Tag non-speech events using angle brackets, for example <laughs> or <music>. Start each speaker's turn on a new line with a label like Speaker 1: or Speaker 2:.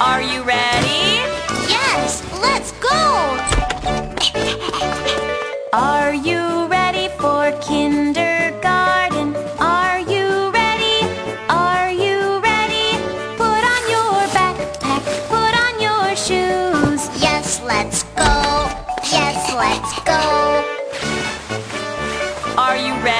Speaker 1: Are you ready?
Speaker 2: Yes, let's go! <laughs>
Speaker 1: Are you ready for kindergarten? Are you ready? Are you ready? Put on your backpack, put on your shoes.
Speaker 2: Yes, let's go! Yes, let's go!
Speaker 1: Are you ready?